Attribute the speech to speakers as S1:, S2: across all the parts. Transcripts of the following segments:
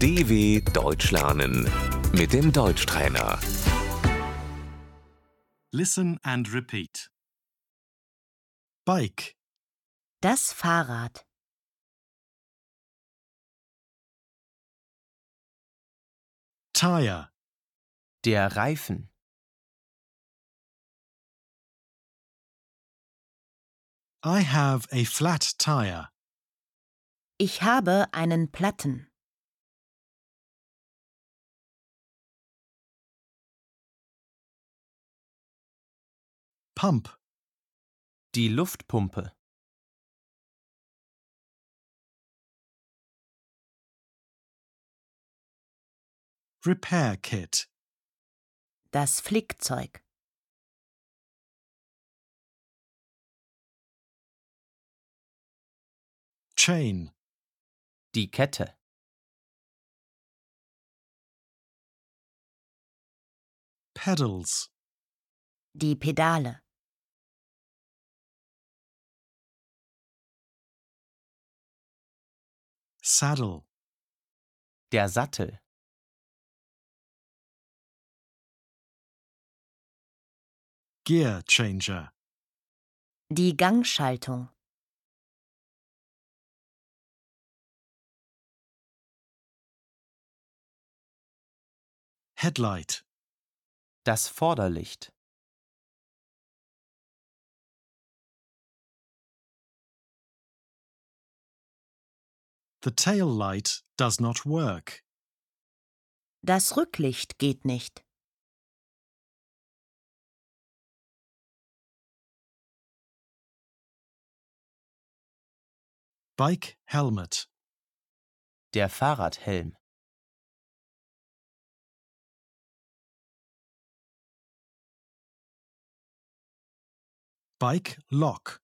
S1: DW Deutsch lernen mit dem Deutschtrainer.
S2: Listen and repeat. Bike,
S3: Das Fahrrad.
S2: tire,
S4: Der Reifen.
S2: I have a flat tire.
S3: Ich habe einen Platten.
S2: Pump,
S4: Die Luftpumpe.
S2: repair kit,
S3: Das Flickzeug.
S2: chain,
S4: Die Kette.
S2: pedals,
S3: Die Pedale.
S2: saddle,
S4: Der Sattel.
S2: gear changer,
S3: Die Gangschaltung.
S2: headlight,
S4: Das Vorderlicht.
S2: The tail light does not work.
S3: Das Rücklicht geht nicht.
S2: Bike helmet,
S4: Der Fahrradhelm.
S2: bike lock,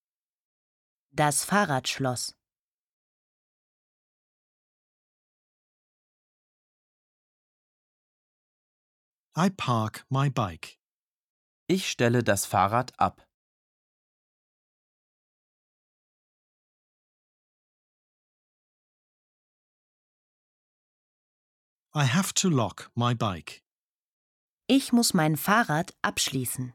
S3: Das Fahrradschloss.
S2: I park my bike.
S4: Ich stelle das Fahrrad ab.
S2: I have to lock my bike.
S3: Ich muss mein Fahrrad abschließen.